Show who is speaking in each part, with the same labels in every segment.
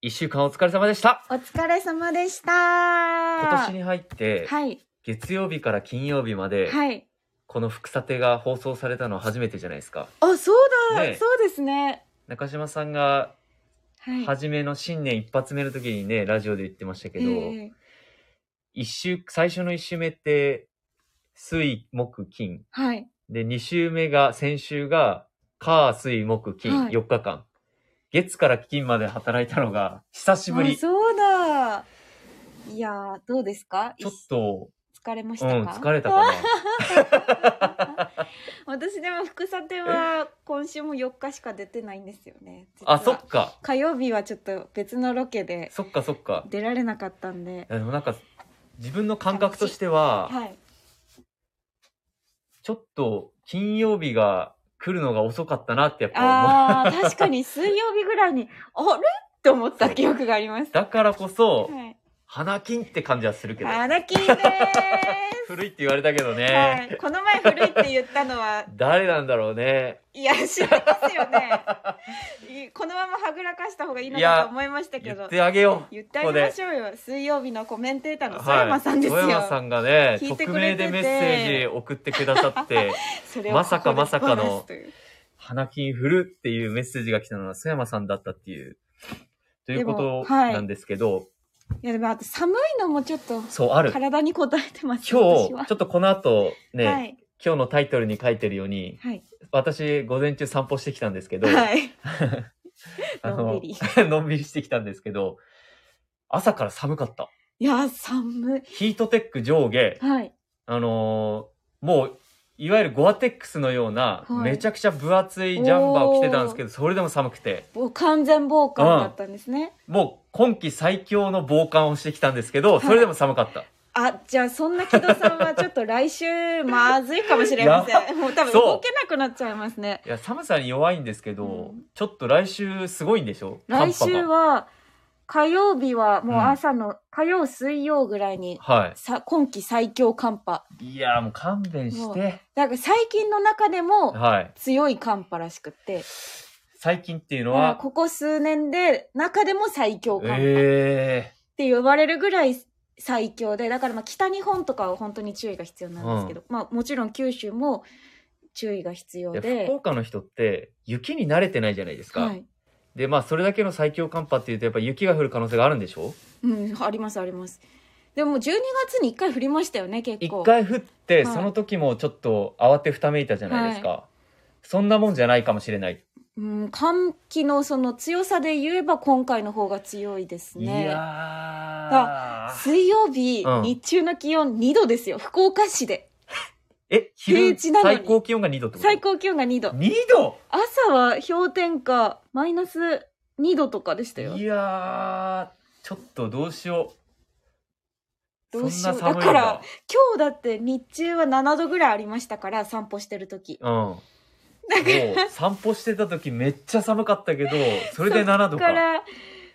Speaker 1: 一週間お疲れ様でした。
Speaker 2: お疲れ様でした。
Speaker 1: 今年に入って、
Speaker 2: はい。
Speaker 1: 月曜日から金曜日まで、
Speaker 2: はい。
Speaker 1: この副査定が放送されたのは初めてじゃないですか。
Speaker 2: あ、そうだ、
Speaker 1: ねえ
Speaker 2: そうですね。
Speaker 1: 中島さんが、
Speaker 2: はい。
Speaker 1: 初めの新年一発目の時にね、ラジオで言ってましたけど、
Speaker 2: ええ
Speaker 1: 一週、最初の一週目って、水、木、金。
Speaker 2: はい。
Speaker 1: で、二週目が、先週が、火、水、木、金、
Speaker 2: はい
Speaker 1: 4日間。月から金まで働いたのが、久しぶ
Speaker 2: あ
Speaker 1: り。ち
Speaker 2: そうだ。いやー、どうですか
Speaker 1: ょっと、
Speaker 2: 疲れまし
Speaker 1: う
Speaker 2: たか、
Speaker 1: ん、疲れたかな。
Speaker 2: 私でも副査定は今週も4日しか出てないんですよね。
Speaker 1: あ、
Speaker 2: 実
Speaker 1: そ
Speaker 2: は
Speaker 1: っか。
Speaker 2: 火曜日はちょっと別のロケで
Speaker 1: そっかそっか。
Speaker 2: 出られなかったんで。
Speaker 1: いやでもなんか、自分の感覚としては、
Speaker 2: はい。
Speaker 1: ちょっと金曜日が来るのが遅かったなってやっぱ思う。
Speaker 2: ああ、確かに水曜日ぐらいに、あれって思った記憶があり ます。
Speaker 1: だからこそ、
Speaker 2: はい。
Speaker 1: 花金って感じはするけど。
Speaker 2: 花金でーす。
Speaker 1: 古いって言われたけどね。
Speaker 2: はい、この前古いって言ったのは、
Speaker 1: 誰なんだろうね。
Speaker 2: いや、知らないです よね。いこのままはぐらかした方がいいのかと思いましたけ
Speaker 1: 言
Speaker 2: ど
Speaker 1: っ。てあげよう。
Speaker 2: 言ってあげましょうよ。水曜日のコメンテーターの曽
Speaker 1: はい
Speaker 2: 山さんですよ。
Speaker 1: 富山さんがね、
Speaker 2: 聞いて
Speaker 1: 匿
Speaker 2: く
Speaker 1: 名
Speaker 2: れてて
Speaker 1: でメッセージ送ってくださって、
Speaker 2: それを
Speaker 1: まさかまさかの
Speaker 2: ここで話すという
Speaker 1: 花金振るっていうメッセージが来たのは曽山さんだったっていう、というこ
Speaker 2: で
Speaker 1: と
Speaker 2: もはい
Speaker 1: なんですけど、
Speaker 2: いや、でもあと寒いのもちょっと
Speaker 1: そう、ある。
Speaker 2: 体に応えてます。
Speaker 1: 今日、
Speaker 2: 私
Speaker 1: ちょ
Speaker 2: は
Speaker 1: っとこの後ね、
Speaker 2: はい。
Speaker 1: 今日のタイトルに書いてるように、
Speaker 2: はい。
Speaker 1: 私、午前中散歩してきたんですけど、
Speaker 2: はい。
Speaker 1: あ
Speaker 2: のんびり。
Speaker 1: の、のんびりしてきたんですけど、朝から寒かった。
Speaker 2: いや、寒い。
Speaker 1: ヒートテック上下、
Speaker 2: はい。
Speaker 1: あのーもう、いわゆるゴアテックスのような、
Speaker 2: はい
Speaker 1: めちゃくちゃ分厚いジャンバーを着てたんですけど、それでも寒くて、
Speaker 2: もう完全防寒だったんですね。
Speaker 1: もう今季最強の防寒をしてきたんですけど、それでも寒かった。
Speaker 2: あ、じゃあそんな木戸さんはちょっと来週まずいかもしれま
Speaker 1: や
Speaker 2: せん。もう多分
Speaker 1: そう
Speaker 2: 動けなくなっちゃいますね。
Speaker 1: いや、寒さに弱いんですけど、
Speaker 2: うん
Speaker 1: ちょっと来週すごいんでしょ
Speaker 2: 来週。は火曜日はもううん朝の、火曜水曜ぐらいに
Speaker 1: 寒波がは
Speaker 2: さ今季最強寒波。
Speaker 1: い。いや、もう勘弁して。
Speaker 2: なんか最近の中でも
Speaker 1: はい。
Speaker 2: 強い寒波らしくって、
Speaker 1: 最近っていうの
Speaker 2: まあ
Speaker 1: は、
Speaker 2: ここ数年で中でも最強寒波っ
Speaker 1: え
Speaker 2: て呼ばれるぐらい最強で、だからまあ北日本とかは本当に注意が必要なんですけど、まあもちろん九州も注意が必要
Speaker 1: えいや福
Speaker 2: で、
Speaker 1: 岡の人って雪に慣れてないじゃないですか、
Speaker 2: はい。
Speaker 1: でまあそれだけの最強寒波っていうとやっぱ雪が降る可能性があるんでしょ
Speaker 2: うん、ありますあります。でも12月に1回降りましたよね、結構。
Speaker 1: 一回降って、
Speaker 2: はい
Speaker 1: その時もちょっと慌てふためいたじゃないですか、そんなもんじゃないかもしれない、
Speaker 2: うん、寒気のその強さで言えば今回の方が強いです
Speaker 1: い
Speaker 2: ね。
Speaker 1: やー
Speaker 2: 水曜日、
Speaker 1: うん
Speaker 2: 日中の気温2度ですよ、福岡市で。
Speaker 1: え昼
Speaker 2: 平地なのに
Speaker 1: 最高気温が2度ってこと
Speaker 2: 最高気温が2度。
Speaker 1: 2度
Speaker 2: 朝は氷点下マイナス2度とかでしたよ
Speaker 1: い。やーちょっとどうしよう
Speaker 2: どうしよう
Speaker 1: そんな寒いんだ
Speaker 2: だから今日だって日中は7度ぐらいありましたから、散歩してる時。
Speaker 1: うんもう散歩してた時めっちゃ寒かった けどそれで7
Speaker 2: だ
Speaker 1: 度か
Speaker 2: から、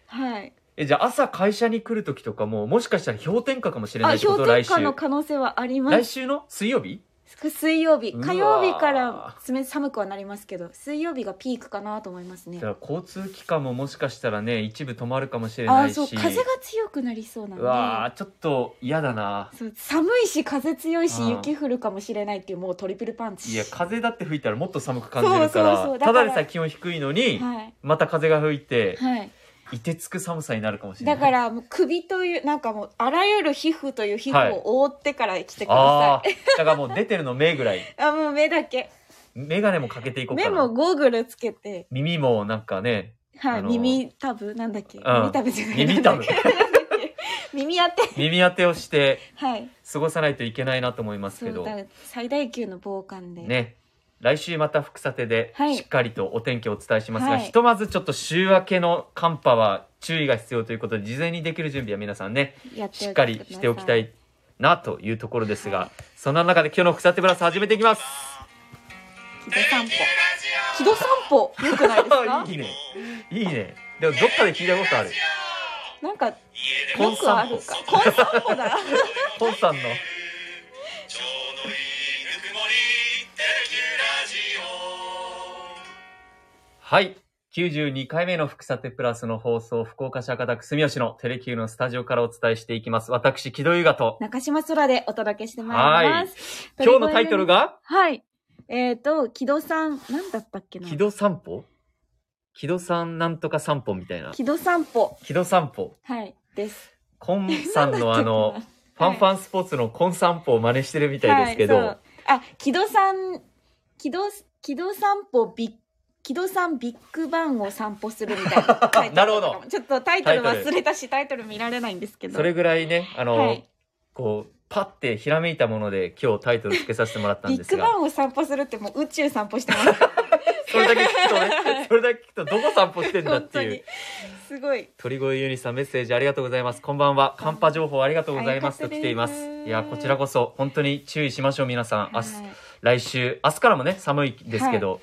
Speaker 2: はい。
Speaker 1: え、じゃあ朝会社に来るときとかも、もしかしたら氷点下かもしれな
Speaker 2: あ
Speaker 1: いってこ、と
Speaker 2: 氷
Speaker 1: 来
Speaker 2: 点
Speaker 1: 週。
Speaker 2: 下の可能性はあります
Speaker 1: 来。週の水曜日
Speaker 2: 水曜日
Speaker 1: うわー
Speaker 2: 火曜日から冷寒くはなりますけど水曜日がピークかなと思いますね
Speaker 1: だから交通機関ももしかしたらね、一部止まるかもしれ
Speaker 2: あ
Speaker 1: な
Speaker 2: あ
Speaker 1: いし。
Speaker 2: そう風が強くなりそうなん
Speaker 1: うわ
Speaker 2: で
Speaker 1: あちょっと嫌だな。
Speaker 2: そう寒いし風強いし
Speaker 1: うん
Speaker 2: 雪降るかもしれないっていうもうトリプルパンチ
Speaker 1: いや、風だって吹いたらもっと寒く感じるから、
Speaker 2: そうそうそうだ
Speaker 1: た
Speaker 2: から
Speaker 1: だでさえ気温低いのに、
Speaker 2: はい
Speaker 1: また風が吹いて、
Speaker 2: はい、
Speaker 1: 凍てつく寒さになるかもしれない。
Speaker 2: だからもう首というなんかもうあらゆる皮膚という皮膚を覆ってから来てくだ
Speaker 1: あ
Speaker 2: さ
Speaker 1: あ、だからもう出てるの目ぐらい。
Speaker 2: い、あもう目だけ
Speaker 1: メガネもかけていこう
Speaker 2: 目
Speaker 1: か
Speaker 2: も
Speaker 1: な。
Speaker 2: ゴーグルつけて、
Speaker 1: 耳もなんか ね、
Speaker 2: はい
Speaker 1: あのー
Speaker 2: 耳タブなんだっけ、
Speaker 1: ん
Speaker 2: 耳タブじゃない
Speaker 1: 耳
Speaker 2: なん
Speaker 1: た
Speaker 2: だっ
Speaker 1: ぶ
Speaker 2: け 耳当て
Speaker 1: 耳当てをして
Speaker 2: はい
Speaker 1: 過ごさないといけないなと思います
Speaker 2: そ
Speaker 1: け
Speaker 2: うだ
Speaker 1: ど。
Speaker 2: から最大級の防寒で、
Speaker 1: ね、来週また副査定で
Speaker 2: はい
Speaker 1: しっかりとお天気をお伝えしますが、
Speaker 2: はい
Speaker 1: ひとまずちょっと週明けの寒波は注意が必要ということで事前にできる準備は皆さんね
Speaker 2: やって
Speaker 1: し
Speaker 2: おいてください
Speaker 1: っかりしておきたいなというところですが、そんな中で今日の副査定ブラス始めていきます
Speaker 2: 木戸散歩木戸散歩よくないですか
Speaker 1: いいねいいねでもどっかで聞いたことある
Speaker 2: なんかよ
Speaker 1: コン
Speaker 2: くあ
Speaker 1: 散
Speaker 2: る
Speaker 1: 歩
Speaker 2: かコン散歩だ
Speaker 1: コンさんの
Speaker 3: ちょうどいいぬくもりテレキューラジオ
Speaker 1: はい92回目の福さてプラスの放送、福岡市博多区住吉のテレキューのスタジオからお伝えしていきます。私、木戸優雅と。
Speaker 2: 中島空でお届けしてまいり
Speaker 1: は
Speaker 2: ま
Speaker 1: い
Speaker 2: す。。
Speaker 1: 今日のタイトルが、
Speaker 2: はい。えっ、と、木戸さん、なんだったっけな
Speaker 1: 木戸散歩木戸さんなんとか散歩みたいな。
Speaker 2: 木戸散歩。
Speaker 1: 木戸散歩。
Speaker 2: はい。 です。
Speaker 1: コンさ んのあの、ファンファンスポーツのコン散歩を真似してるみ
Speaker 2: み
Speaker 1: たいですけど、
Speaker 2: あ、木戸さん、木戸、木戸散歩ビッ木戸さんビッグバンを散歩するみたいなタイトルだったか も。
Speaker 1: なるほど
Speaker 2: ちょっとタイトル
Speaker 1: タイト
Speaker 2: 忘
Speaker 1: ル
Speaker 2: れたし、タイトル見られないんですけど。
Speaker 1: それぐらいね、あの、
Speaker 2: はい
Speaker 1: こう、パッてひらめいたもので今日タイトルつけさせてもらったん
Speaker 2: ビ
Speaker 1: で
Speaker 2: ッ
Speaker 1: す
Speaker 2: グ
Speaker 1: が
Speaker 2: バ、ンを散歩するってもう宇宙散歩してます。
Speaker 1: それだけ聞くとね、それだけ聞くとどこ散歩してんだって
Speaker 2: 本当
Speaker 1: いう
Speaker 2: に。。すごい。
Speaker 1: 鳥越ゆにさんメッセージありがとうございます。こんばんは。カンパ情報ありがとうございます
Speaker 2: あ
Speaker 1: と
Speaker 2: りがと
Speaker 1: 来
Speaker 2: う
Speaker 1: ています。
Speaker 2: です
Speaker 1: いや、こちらこそ本当に注意しましょう皆さん。明日、
Speaker 2: はい
Speaker 1: 来週、明日からもね、寒いですけど、
Speaker 2: はい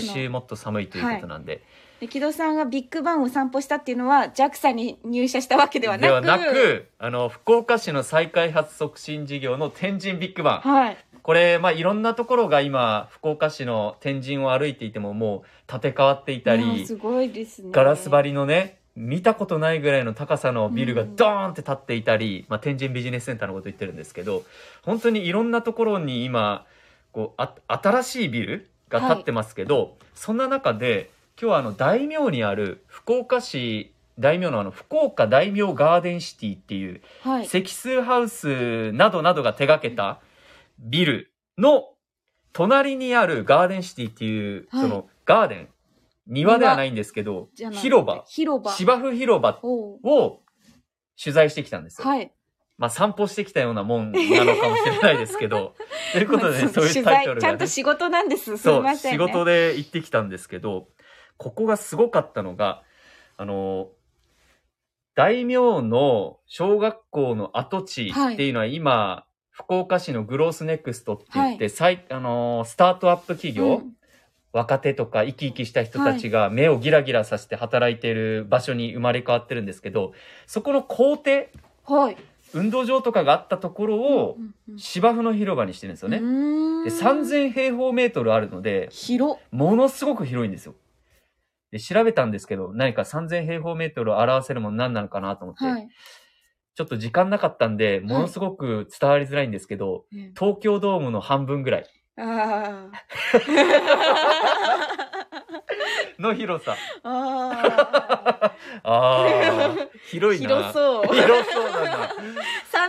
Speaker 1: 来週もっと寒いということなんで。
Speaker 2: で木戸さんがビッグバンを散歩したっていうのは JAXA に入社したわけではなく
Speaker 1: くあの、福岡市の再開発促進事業の天神ビッグバン。
Speaker 2: はい
Speaker 1: これ、まあ、いろんなところが今、福岡市の天神を歩いていても、もう建て替わっていた
Speaker 2: いや
Speaker 1: り
Speaker 2: す、ごいですね
Speaker 1: ガラス張
Speaker 2: り
Speaker 1: りのね、見たことないぐらいの高さのビルがドーンって立っていたり、まあ、天神ビジネスセンターのこと言ってるんですけど、本当にいろんなところに今、こう、あ新しいビルが立ってますけど、そんな中で、今日はあの、大名にある福岡市、大名のあの、福岡大名ガーデンシティっていう、
Speaker 2: はい
Speaker 1: 積数ハウスなどなどが手掛けたビルの隣にあるガーデンシティっていう、
Speaker 2: はい
Speaker 1: そのガーデン、庭ではないんですけど
Speaker 2: じゃ、なくて
Speaker 1: 広場、
Speaker 2: 広場
Speaker 1: 芝生広場
Speaker 2: おう
Speaker 1: を取材してきたんですよ。
Speaker 2: はい
Speaker 1: まあ散歩してきたようなもんなのかもしれないですけ ど、ということで、
Speaker 2: まあ
Speaker 1: そういう
Speaker 2: 取
Speaker 1: タイト
Speaker 2: 材
Speaker 1: ル
Speaker 2: ちゃ
Speaker 1: が
Speaker 2: んと
Speaker 1: ね、
Speaker 2: 仕事なんですす
Speaker 1: そ、
Speaker 2: いうません
Speaker 1: 仕
Speaker 2: ね
Speaker 1: 事で行ってきたんですけど、ここがすごかったのが、あの、大名の小学校の跡地っていうのは今、福岡市のグロースネクストって言って、最あのースタートアップ企業、
Speaker 2: うん
Speaker 1: 若手とか生き生きした人たちが目をギラギラさせて働いている場所に生まれ変わってるんですけど、そこの校庭、
Speaker 2: はい
Speaker 1: 運動場とかがあったところを
Speaker 2: うんうん
Speaker 1: 芝生の広場にしてるんですよね。
Speaker 2: う
Speaker 1: で
Speaker 2: ーん
Speaker 1: 3000平方メートルあるので、
Speaker 2: 広
Speaker 1: ものすごく広いんですよ。で、調べたんですけど、何か3000平方メートルを表せるもの何なのかなと思って、
Speaker 2: はい
Speaker 1: ちょっと時間なかったんで、ものすごく伝わりづらいんですけど、
Speaker 2: うん
Speaker 1: 東京ドームの半分ぐらい
Speaker 2: あー
Speaker 1: の広さ。
Speaker 2: あ
Speaker 1: あー、
Speaker 2: ー
Speaker 1: 広いな。
Speaker 2: 広そう3000
Speaker 1: 広そうだな。
Speaker 2: 平方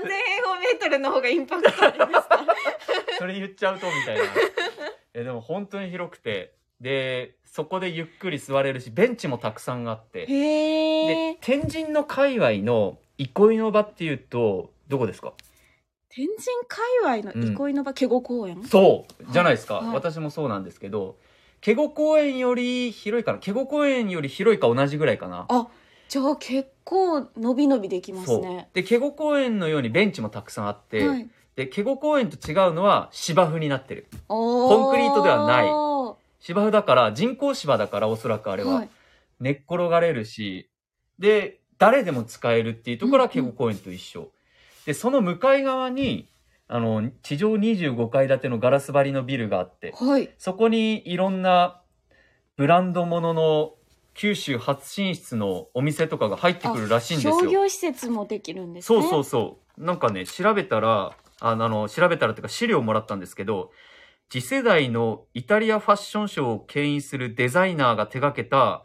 Speaker 2: メートルの方がインパクトありました
Speaker 1: それ言っちゃうと、みたいな。えでも本当に広くて、で、そこでゆっくり座れるし、ベンチもたくさんあって、
Speaker 2: へ
Speaker 1: で
Speaker 2: え、
Speaker 1: 天神の界隈の憩いの場っていうと、どこですか
Speaker 2: 天神界隈の憩いの場、ケゴ公園
Speaker 1: そうじゃないですか、
Speaker 2: はい
Speaker 1: 私もそうなんですけどケゴ公園より広いかなケゴ公園より広いか同じぐらいかな
Speaker 2: あじゃあ結構伸び伸びできます
Speaker 1: そう
Speaker 2: ね
Speaker 1: でケゴ公園のようにベンチもたくさんあって、
Speaker 2: はい、
Speaker 1: でケゴ公園と違うのは芝生になってるコ
Speaker 2: コ
Speaker 1: ンクリートではない
Speaker 2: は
Speaker 1: 芝生だから人工芝だからおそらくあれは、
Speaker 2: はい
Speaker 1: 寝っ転がれるしで誰でも使えるっていうところは
Speaker 2: うんう
Speaker 1: ケ
Speaker 2: ん
Speaker 1: ゴ公園と一緒、でその向かい側にあの地上25階建てのガラス張りのビルがあって
Speaker 2: はい
Speaker 1: そこにいろんなブランドものの九州初進出のお店とかが入ってくるらしいんです
Speaker 2: 商
Speaker 1: よ。
Speaker 2: 業施設もできるんです
Speaker 1: そ
Speaker 2: ね
Speaker 1: うそうそう。なんかね、調べたら、ああの、調べたらっていうか資料もらったんですけど、次世代のイタリアファッションショーを牽引するデザイナーが手掛けた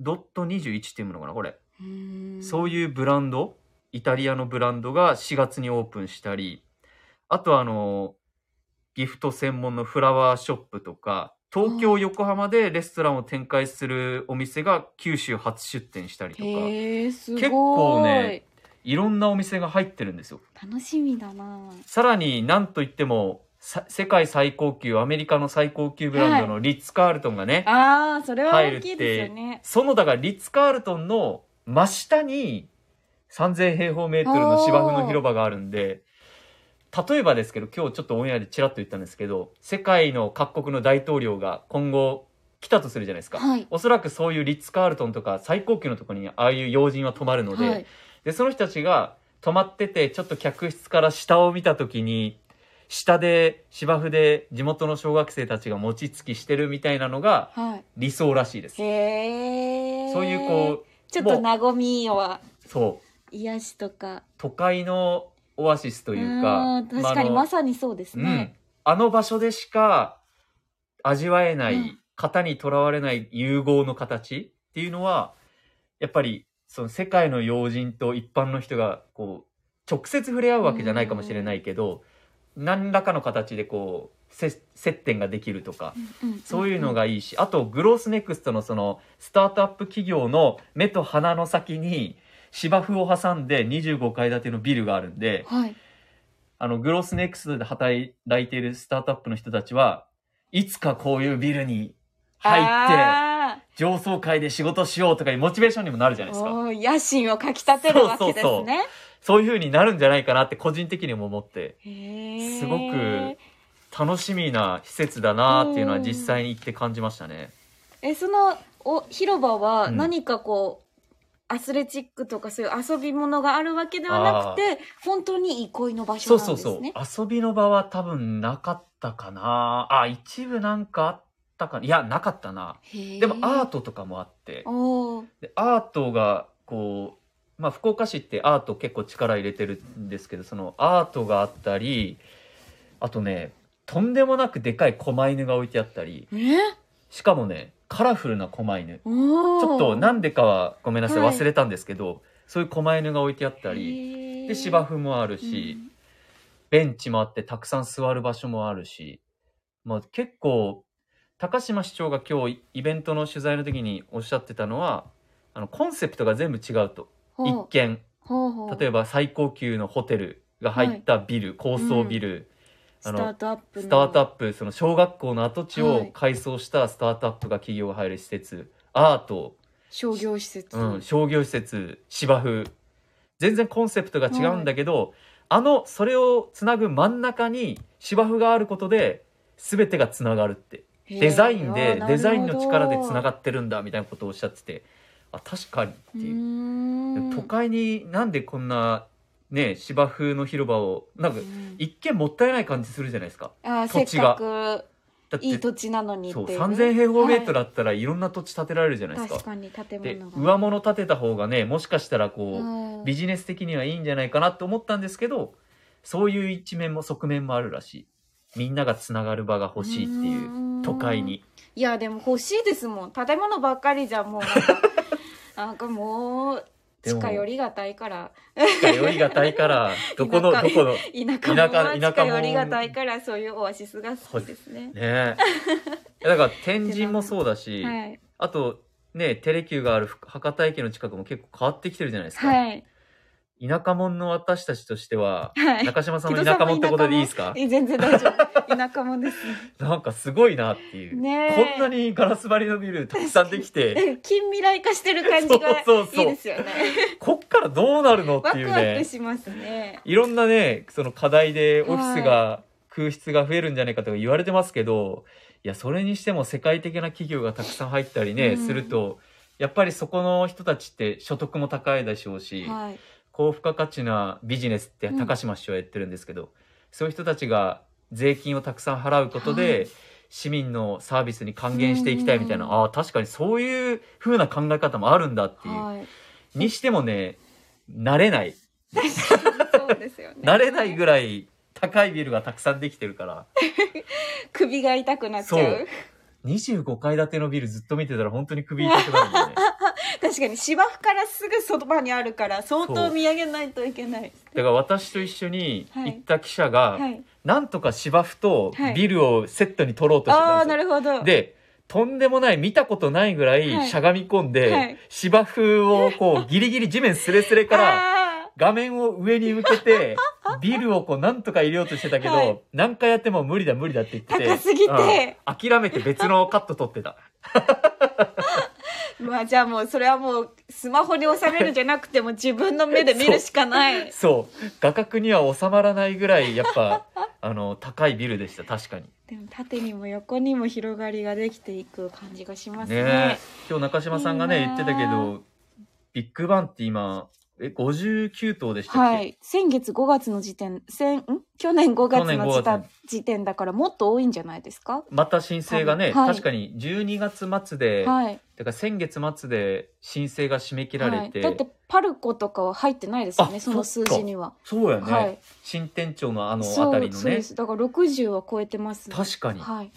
Speaker 1: N.21 っていうのかなこれ。
Speaker 2: うーん
Speaker 1: そういうブランド、イタリアのブランドが4月にオープンしたり、あとはあの、ギフト専門のフラワーショップとか、東京、横浜でレストランを展開するお店が九州初出店したりとか、
Speaker 2: へえすごい
Speaker 1: 結構ねいろんなお店が入ってるんですよ。
Speaker 2: 楽しみだな
Speaker 1: さらになんといっても、さ世界最高級、アメリカの最高級ブランドのリッツ・カールトンがね、
Speaker 2: あーそれは大きいですよね
Speaker 1: そのだからリッツ・カールトンの真下に3000平方メートルの芝生の広場があるんで、例えばですけど、今日ちょっとオンエアでちらっと言ったんですけど、世界の各国の大統領が今後来たとするじゃないですか。
Speaker 2: はい
Speaker 1: おそらくそういうリッツ・カールトンとか最高級のところにああいう要人は泊まるので、
Speaker 2: はい
Speaker 1: で、その人たちが泊まってて、ちょっと客室から下を見た時に、下で芝生で地元の小学生たちが餅つきしてるみたいなのが
Speaker 2: は
Speaker 1: 理想らしいです
Speaker 2: い。。へえ。
Speaker 1: そういうこ
Speaker 2: う。ちょっと和みは
Speaker 1: うそう
Speaker 2: 癒しとか。
Speaker 1: 都会のオアシスと
Speaker 2: と
Speaker 1: いうか
Speaker 2: 確かに
Speaker 1: まああ
Speaker 2: ま
Speaker 1: の
Speaker 2: さにそうです
Speaker 1: うん
Speaker 2: ね。、
Speaker 1: あの場所でしか味わえない、
Speaker 2: うん
Speaker 1: 型にとらわれない融合の形っていうのはやっぱりその世界の要人と一般の人がこう直接触れ合うわけじゃないかもしれないけど、何らかの形でこうせ接点ができるとか、そういうの
Speaker 2: が。
Speaker 1: がいいし、あとグロースネクストのそのスタートアップ企業の目と鼻の先に芝生を挟んで25階建てのビルがあるんで、
Speaker 2: はい。
Speaker 1: あのグロースネクストで働いているスタートアップの人たちは、いつかこういうビルに入って
Speaker 2: あ
Speaker 1: 上層階で仕事しようとかいうモチベーションにもなるじゃない
Speaker 2: ー
Speaker 1: ですか。
Speaker 2: おー野心をかきたてるわ
Speaker 1: そう
Speaker 2: けです
Speaker 1: そうそ
Speaker 2: ね。
Speaker 1: そういう風になるんじゃないかなって個人的にも思って、
Speaker 2: へー
Speaker 1: すごく楽しみな施設だなっていうのは実際に行って感じましたね。
Speaker 2: えそのお広場は
Speaker 1: うん
Speaker 2: 何かこう、アスレチックとかそういう遊び物があるわけではなくて本当に憩いの場
Speaker 1: そ
Speaker 2: 所
Speaker 1: う
Speaker 2: なん
Speaker 1: そ
Speaker 2: で
Speaker 1: う
Speaker 2: すね
Speaker 1: そう。遊びの場は多分なかったかな。あ、一部なんかあったかいや、なかったな。
Speaker 2: へー
Speaker 1: でもアートとかもあって。
Speaker 2: おー
Speaker 1: でアートがこう、まあ、福岡市ってアート結構力入れてるんですけどそのアートがあったりあとねとんでもなくでかい狛犬が置いてあったり
Speaker 2: え
Speaker 1: しかもねカラフルな狛犬
Speaker 2: お
Speaker 1: ち
Speaker 2: ー
Speaker 1: ょっとなんでかはごめんなさい
Speaker 2: はい
Speaker 1: 忘れたんですけど、そういう狛犬が置いてあったり
Speaker 2: へー
Speaker 1: で芝生もあるし、
Speaker 2: うん
Speaker 1: ベンチもあってたくさん座る場所もあるし、まあ、結構高島市長が今日イベントの取材の時におっしゃってたのはあのコンセプトが全部違うと。
Speaker 2: ほ
Speaker 1: 一
Speaker 2: う
Speaker 1: 見
Speaker 2: ほうほう
Speaker 1: 例えば最高級のホテルが入ったビル、高層ビル、あ
Speaker 2: スタ
Speaker 1: の
Speaker 2: ートアップの
Speaker 1: スタートアップその小学校の跡地
Speaker 2: は
Speaker 1: を
Speaker 2: い
Speaker 1: 改装したスタートアップが企業が入る施設、アート、
Speaker 2: 商業施設、
Speaker 1: うん、商業施設芝生全然コンセプトが違うんだけど、あのそれをつなぐ真ん中に芝生があることで全てがつながるって
Speaker 2: へー
Speaker 1: デザイン
Speaker 2: あー
Speaker 1: で
Speaker 2: なるほど
Speaker 1: デザインの力でつながってるんだみたいなことをおっしゃっててあ確かにって
Speaker 2: う
Speaker 1: いう。
Speaker 2: ーん
Speaker 1: 都会になんでこんなね芝生の広場をなんか
Speaker 2: うん
Speaker 1: 一見もったいない感じするじゃないですか
Speaker 2: あー
Speaker 1: 土地が
Speaker 2: せっか
Speaker 1: だっ
Speaker 2: く
Speaker 1: て
Speaker 2: いい土地なのにって
Speaker 1: そ
Speaker 2: いううね、
Speaker 1: 3,000平方メートル
Speaker 2: は
Speaker 1: あったらいろんな土地建てられるじゃない
Speaker 2: い
Speaker 1: ですか,、
Speaker 2: 確かに建
Speaker 1: で
Speaker 2: 物が
Speaker 1: 上物建てた方がねもしかしたらこう、
Speaker 2: うん
Speaker 1: ビジネス的にはいいんじゃないかなと思ったんですけどそういう一面も側面もあるらしいみんながつながる場が欲しいっていう
Speaker 2: う
Speaker 1: 都会に
Speaker 2: いやでも欲しいですもん建物ばっかりじゃもうなん かなんかもう
Speaker 1: でも
Speaker 2: 近寄りがたいから
Speaker 1: 通いがたい からどこの
Speaker 2: 田
Speaker 1: ど
Speaker 2: 舎
Speaker 1: この
Speaker 2: 田
Speaker 1: 田舎
Speaker 2: 舎も
Speaker 1: 田舎
Speaker 2: 近
Speaker 1: も
Speaker 2: 寄りがたいからそういうオアシスが好きですね
Speaker 1: ねえだから天神もそうだし、
Speaker 2: はい
Speaker 1: あとね、テレキューがある福博多駅の近くも結構変わってきてるじゃないですか。
Speaker 2: はい
Speaker 1: 田舎者の私たちとしては、
Speaker 2: はい
Speaker 1: 中島さんの田舎者ってことでいいですか
Speaker 2: え 全然大丈夫田舎もんです
Speaker 1: なんかすごいなっていう。
Speaker 2: ねえ
Speaker 1: こんなにガラス張りのビルたくさんでき て、
Speaker 2: ね近未来化してる感じが
Speaker 1: そうそうそう
Speaker 2: いいですよね
Speaker 1: こっからどうなるのっていう
Speaker 2: ワクワク
Speaker 1: ね。
Speaker 2: しますね
Speaker 1: いろんなね、その課題でオフィスが、空室が増えるんじゃないかとか言われてますけど、いや、それにしても世界的な企業がたくさん入ったりね、
Speaker 2: うん
Speaker 1: すると、やっぱりそこの人たちって所得も高いでしょうし、
Speaker 2: はい
Speaker 1: 高付加価値なビジネスって高島市長はやってるんですけど、そういう人たちが税金をたくさん払うことで、
Speaker 2: はい
Speaker 1: 市民のサービスに還元していきたいみたいな、
Speaker 2: うんうん
Speaker 1: ああ確かにそういう風な考え方もあるんだっていう、
Speaker 2: はい
Speaker 1: にしてもね慣れない
Speaker 2: そうですよね
Speaker 1: 慣れないぐらい高いビルがたくさんできてるから
Speaker 2: 首が痛くなっちゃ
Speaker 1: そうう25階建てのビルずっと見てたら本当に首痛くな るんだよね
Speaker 2: 確かに芝生からすぐそばにあるから相
Speaker 1: そ
Speaker 2: 当
Speaker 1: う
Speaker 2: 見上げないといけない
Speaker 1: だから私と一緒に行った記者が、
Speaker 2: はい
Speaker 1: なんとか芝生と
Speaker 2: はい
Speaker 1: ビルをセットに取ろうとして
Speaker 2: あ
Speaker 1: た
Speaker 2: あ
Speaker 1: んですよ
Speaker 2: なるほど
Speaker 1: でとんでもない見たことないぐら
Speaker 2: はいい
Speaker 1: しゃがみ込んで、
Speaker 2: はい
Speaker 1: 芝生をこうギリギリ地面すれすれ から
Speaker 2: あ
Speaker 1: 画面を上に向けて ビルをこうなんとか入れようとしてたけど、
Speaker 2: はい
Speaker 1: 何回やっても無理だ無理だって言って
Speaker 2: 高すぎて
Speaker 1: うん諦めて別のカット撮ってた
Speaker 2: ーまあじゃあもうそれはもうスマホに収めるんじゃなくても自分の目で見るし かない
Speaker 1: そう画角には収まらないぐらいやっ ぱあの高いビルでした確かに
Speaker 2: でも縦にも横にも広がりができていく感じがしますね
Speaker 1: ねえ今日中島さんがね
Speaker 2: いい
Speaker 1: 言
Speaker 2: な
Speaker 1: っ
Speaker 2: あ
Speaker 1: てたけどビッグバンって今え59棟でしたっけ、
Speaker 2: はい、先月5月の時点先ん去年5月
Speaker 1: 去
Speaker 2: の時
Speaker 1: 年5
Speaker 2: 点時点だからもっと多いんじゃないですか
Speaker 1: また申請がね、
Speaker 2: はい
Speaker 1: 確かに12月末で、
Speaker 2: はい、
Speaker 1: だから先月末で申請が締め切ら
Speaker 2: は
Speaker 1: れ
Speaker 2: い、
Speaker 1: て、
Speaker 2: だってパルコとかは入ってないですよね
Speaker 1: あ
Speaker 2: その
Speaker 1: そ
Speaker 2: 数
Speaker 1: っか
Speaker 2: 字には、
Speaker 1: そうやね、
Speaker 2: はい
Speaker 1: 新店長のあの
Speaker 2: そう
Speaker 1: 辺りの
Speaker 2: そう
Speaker 1: ね
Speaker 2: ですだから60は超えてますね、
Speaker 1: 確かに、
Speaker 2: はい、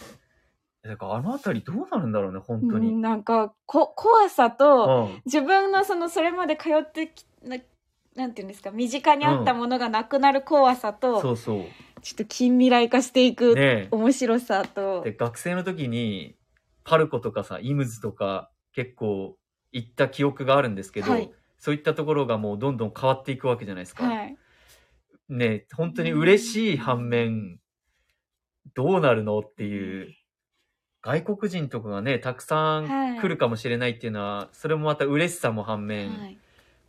Speaker 1: だからあの辺りどうなるんだろうね本当
Speaker 2: う
Speaker 1: に、
Speaker 2: んなんかこ怖さと、
Speaker 1: うん
Speaker 2: 自分のそのそれまで通ってきななんていうんですか身近にあったものがなくなる怖さと、
Speaker 1: そうそう
Speaker 2: ちょっと近未来化していく、
Speaker 1: ね
Speaker 2: 面白さと
Speaker 1: で学生の時にパルコとかさイムズとか結構行った記憶があるんですけど、
Speaker 2: はい
Speaker 1: そういったところがもうどんどん変わっていくわけじゃないですか、
Speaker 2: はい
Speaker 1: ね本当に嬉しい反面どうなるのっていう外国人とかがねたくさ
Speaker 2: は
Speaker 1: ん
Speaker 2: い
Speaker 1: 来るかもしれないっていうのは、それもまた嬉しさも反面、
Speaker 2: はい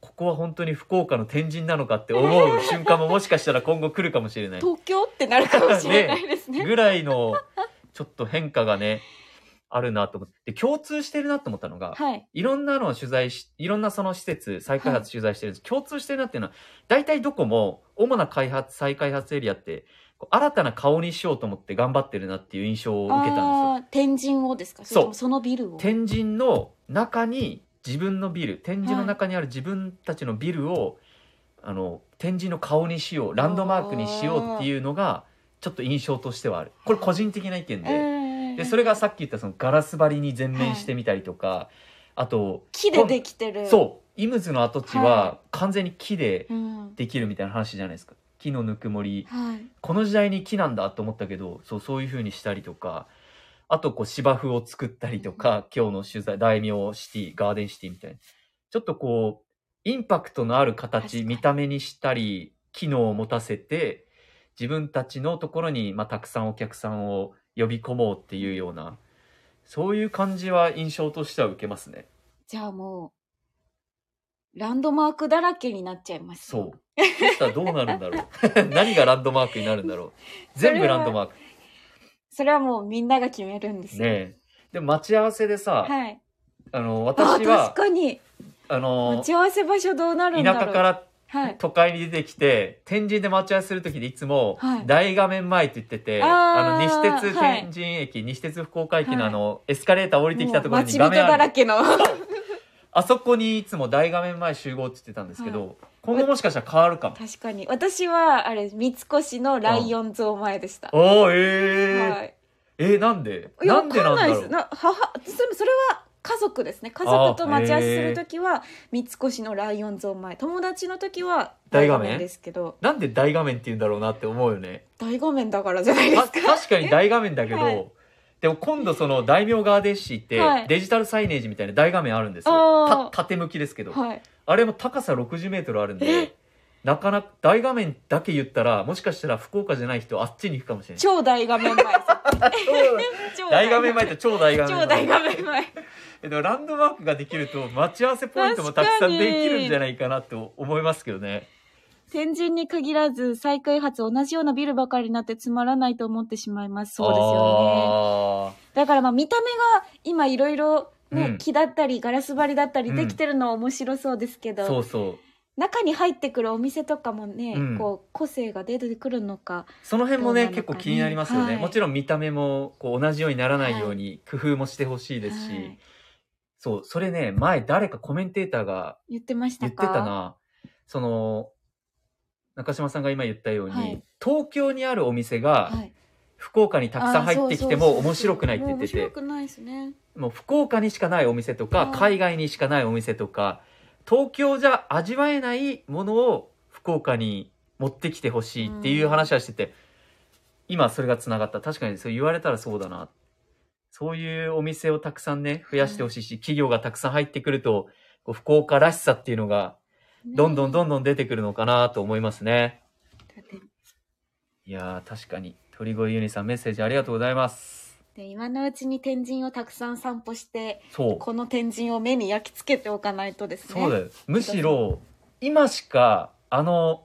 Speaker 1: ここは本当に福岡の天神なのかって思う瞬間ももしかしたら今後来るかもしれない
Speaker 2: 東京ってなるかもしれないですね。
Speaker 1: ぐらいのちょっと変化がねあるなと思ってで共通してるなと思ったのが、
Speaker 2: はい、
Speaker 1: いろんなのを取材し、いろんなその施設、再開発取材してるんです、共通してるなっていうのは、大体どこも主な開発、再開発エリアって、こう新たな顔にしようと思って頑張ってるなっていう印象を受けたんで
Speaker 2: あー天神をですかそれともそのビルを
Speaker 1: すよ。天神の中に自分のビル、天神の中にある自分たちのビルを、あの、天神の顔にしよう、ランドマークにしようっていうのが、ちょっと印象としてはある。これ個人的な意見で。で、そ
Speaker 2: れ
Speaker 1: れがさっき言ったそのガラス張りに全面してみたりとか、あと、
Speaker 2: 木でできてる
Speaker 1: そうイムズの跡地
Speaker 2: は
Speaker 1: は完全に木で
Speaker 2: う、ん
Speaker 1: できるみたいな話じゃないですか木のぬくもり
Speaker 2: はい、
Speaker 1: この時代に木なんだと思ったけどそうそういう風にしたりとかあとこう芝生を作ったりとか今日の取材大名シティガーデンシティみたいなちょっとこうインパクトのある
Speaker 2: 確か
Speaker 1: 形
Speaker 2: に
Speaker 1: 見た目にしたり機能を持たせて自分たちのところに、まあ、たくさんお客さんを呼び込もうっていうようなそういう感じは印象としては受けますね。
Speaker 2: じゃあもうランドマークだらけになっちゃいます
Speaker 1: そう。そしたらどうなるんだろ う。何がランドマークになるんだろう。
Speaker 2: それは
Speaker 1: 全部ランドマーク。
Speaker 2: それはもうみんなが決めるんですよ、
Speaker 1: ねえ。でも待ち合わせでさ、
Speaker 2: はい
Speaker 1: あの、
Speaker 2: あ
Speaker 1: 私
Speaker 2: 確
Speaker 1: は、
Speaker 2: かに
Speaker 1: あ
Speaker 2: 待
Speaker 1: の、
Speaker 2: ち合わせ場所どうなるんだ
Speaker 1: 田
Speaker 2: ろう
Speaker 1: 舎から
Speaker 2: はい
Speaker 1: 都会に出てきて、天神で待ち合わせするときでいつも
Speaker 2: はい、
Speaker 1: 大画面前って言ってて、
Speaker 2: あー
Speaker 1: あの、西鉄
Speaker 2: はい
Speaker 1: 天神駅、西鉄福岡駅のあの、エスカレーター降りてきたところ
Speaker 2: もう
Speaker 1: に
Speaker 2: 待
Speaker 1: 画
Speaker 2: ち人
Speaker 1: 面
Speaker 2: だ
Speaker 1: あ
Speaker 2: ら
Speaker 1: る。
Speaker 2: けの
Speaker 1: あそこにいつも大画面前集合って言ってたんですけど、今後もしかしたら変わるかも。
Speaker 2: 確かに私はあれ三越のライオン像前でした、
Speaker 1: おー、えー
Speaker 2: はい
Speaker 1: えーなんで
Speaker 2: いや
Speaker 1: なんでなんだ
Speaker 2: わかんない
Speaker 1: ろ
Speaker 2: で
Speaker 1: う
Speaker 2: すな母それそれは家族ですね家族と待ち合わせするときは三越のライオン像前友達の時は
Speaker 1: 大画面
Speaker 2: ですけど
Speaker 1: なんで大画面って言うんだろうなって思うよね。
Speaker 2: 大画面だからじゃないです
Speaker 1: た
Speaker 2: か
Speaker 1: 確かに大画面だけど、
Speaker 2: はい
Speaker 1: でも今度その大名ガーデンシーって
Speaker 2: はい
Speaker 1: デジタルサイネージみたいな大画面あるんです
Speaker 2: あ
Speaker 1: よ。
Speaker 2: ー
Speaker 1: た縦向きですけど。
Speaker 2: はい
Speaker 1: あれも高さ60メートルあるんで
Speaker 2: え、
Speaker 1: なかなか大画面だけ言ったら、もしかしたら福岡じゃない人あっちに行くかもし れない。
Speaker 2: 超大画面前です超
Speaker 1: 大画面前と超大画面前。
Speaker 2: 超大画面前
Speaker 1: えでもランドマークができると待ち合わせポイントもたくさんできるんじゃないかなと思いますけどね。
Speaker 2: 天神に限らず再開発同じようなビルばかりになってつまらないと思ってしまいますそうですよね
Speaker 1: よね。
Speaker 2: だからまあ見た目が今いろいろね、
Speaker 1: うん
Speaker 2: 木だったりガラス張りだったり
Speaker 1: うん
Speaker 2: できてるのは面白そうですけど、
Speaker 1: そうそう。
Speaker 2: 中に入ってくるお店とかもね、
Speaker 1: うん
Speaker 2: こう個性が出てくるのか
Speaker 1: その辺も
Speaker 2: ど
Speaker 1: ね
Speaker 2: うなのかね
Speaker 1: 結構気になりますよね、
Speaker 2: はい
Speaker 1: もちろん見た目もこう同じようにならないように工夫もしてほしいですし、
Speaker 2: はい
Speaker 1: そうそれね前誰かコメンテーターが
Speaker 2: 言ってました
Speaker 1: 言って
Speaker 2: か
Speaker 1: たなその中島さんが今言ったように、
Speaker 2: はい
Speaker 1: 東京にあるお店が
Speaker 2: はい、
Speaker 1: 福岡にたくさん入ってきて
Speaker 2: あーそうそう
Speaker 1: も
Speaker 2: そう
Speaker 1: 面白くないって言って
Speaker 2: もう
Speaker 1: て
Speaker 2: 面白くないですね
Speaker 1: もう福岡にしかないお店とか、
Speaker 2: はい
Speaker 1: 海外にしかないお店とか東京じゃ味わえないものを福岡に持ってきてほしいっていう話はしてて、今それがつながった確かにそう言われたらそうだなそういうお店をたくさんね増やしてほしいし、企業がたくさん入ってくるとこう福岡らしさっていうのがどんどんどん
Speaker 2: ん
Speaker 1: どん出てくるのかなと思いますね。
Speaker 2: だって
Speaker 1: いやー確かに鳥越ユニさんメッセージありがとうございます。
Speaker 2: で今のうちに天神をたくさん散歩して
Speaker 1: そう
Speaker 2: この天神を目に焼き付けておかないとですね
Speaker 1: そうだよ。むしろ、今しか、あの、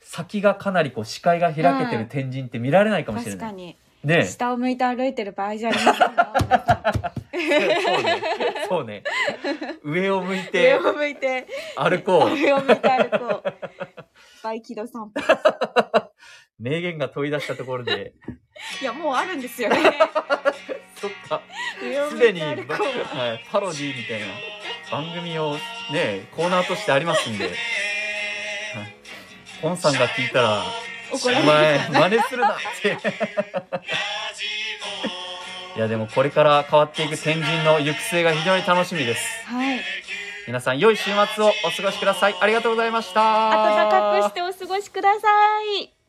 Speaker 1: 先がかなりこう視界が開けて
Speaker 2: は
Speaker 1: る
Speaker 2: い
Speaker 1: 天神って見られないかもしれ
Speaker 2: 確
Speaker 1: な
Speaker 2: か
Speaker 1: い。
Speaker 2: に
Speaker 1: ねえ
Speaker 2: 下を向いて歩いてる場合じゃありませんよ
Speaker 1: そうねそうね上を向い
Speaker 2: 上
Speaker 1: て
Speaker 2: を向いて
Speaker 1: 歩こう
Speaker 2: 上を向いて歩こうバイキド散歩
Speaker 1: 名言が問い出したところ で
Speaker 2: いやもうあるんですよね
Speaker 1: そっか
Speaker 2: 上 を
Speaker 1: す
Speaker 2: 向
Speaker 1: で
Speaker 2: い
Speaker 1: に、
Speaker 2: て歩
Speaker 1: ば
Speaker 2: こう
Speaker 1: はい、パロディみたいな番組をねコーナーとしてありますんで、はい、ポンさんが聞いたら「
Speaker 2: 怒ら
Speaker 1: お
Speaker 2: れ
Speaker 1: 前
Speaker 2: るかな
Speaker 1: 真似するな」っていやでもこれから変わっていく天神の行く末が非常に楽しみです
Speaker 2: はい
Speaker 1: 皆さん良い週末をお過ごしくださいありがとうございました
Speaker 2: 暖かくしてお過ごしください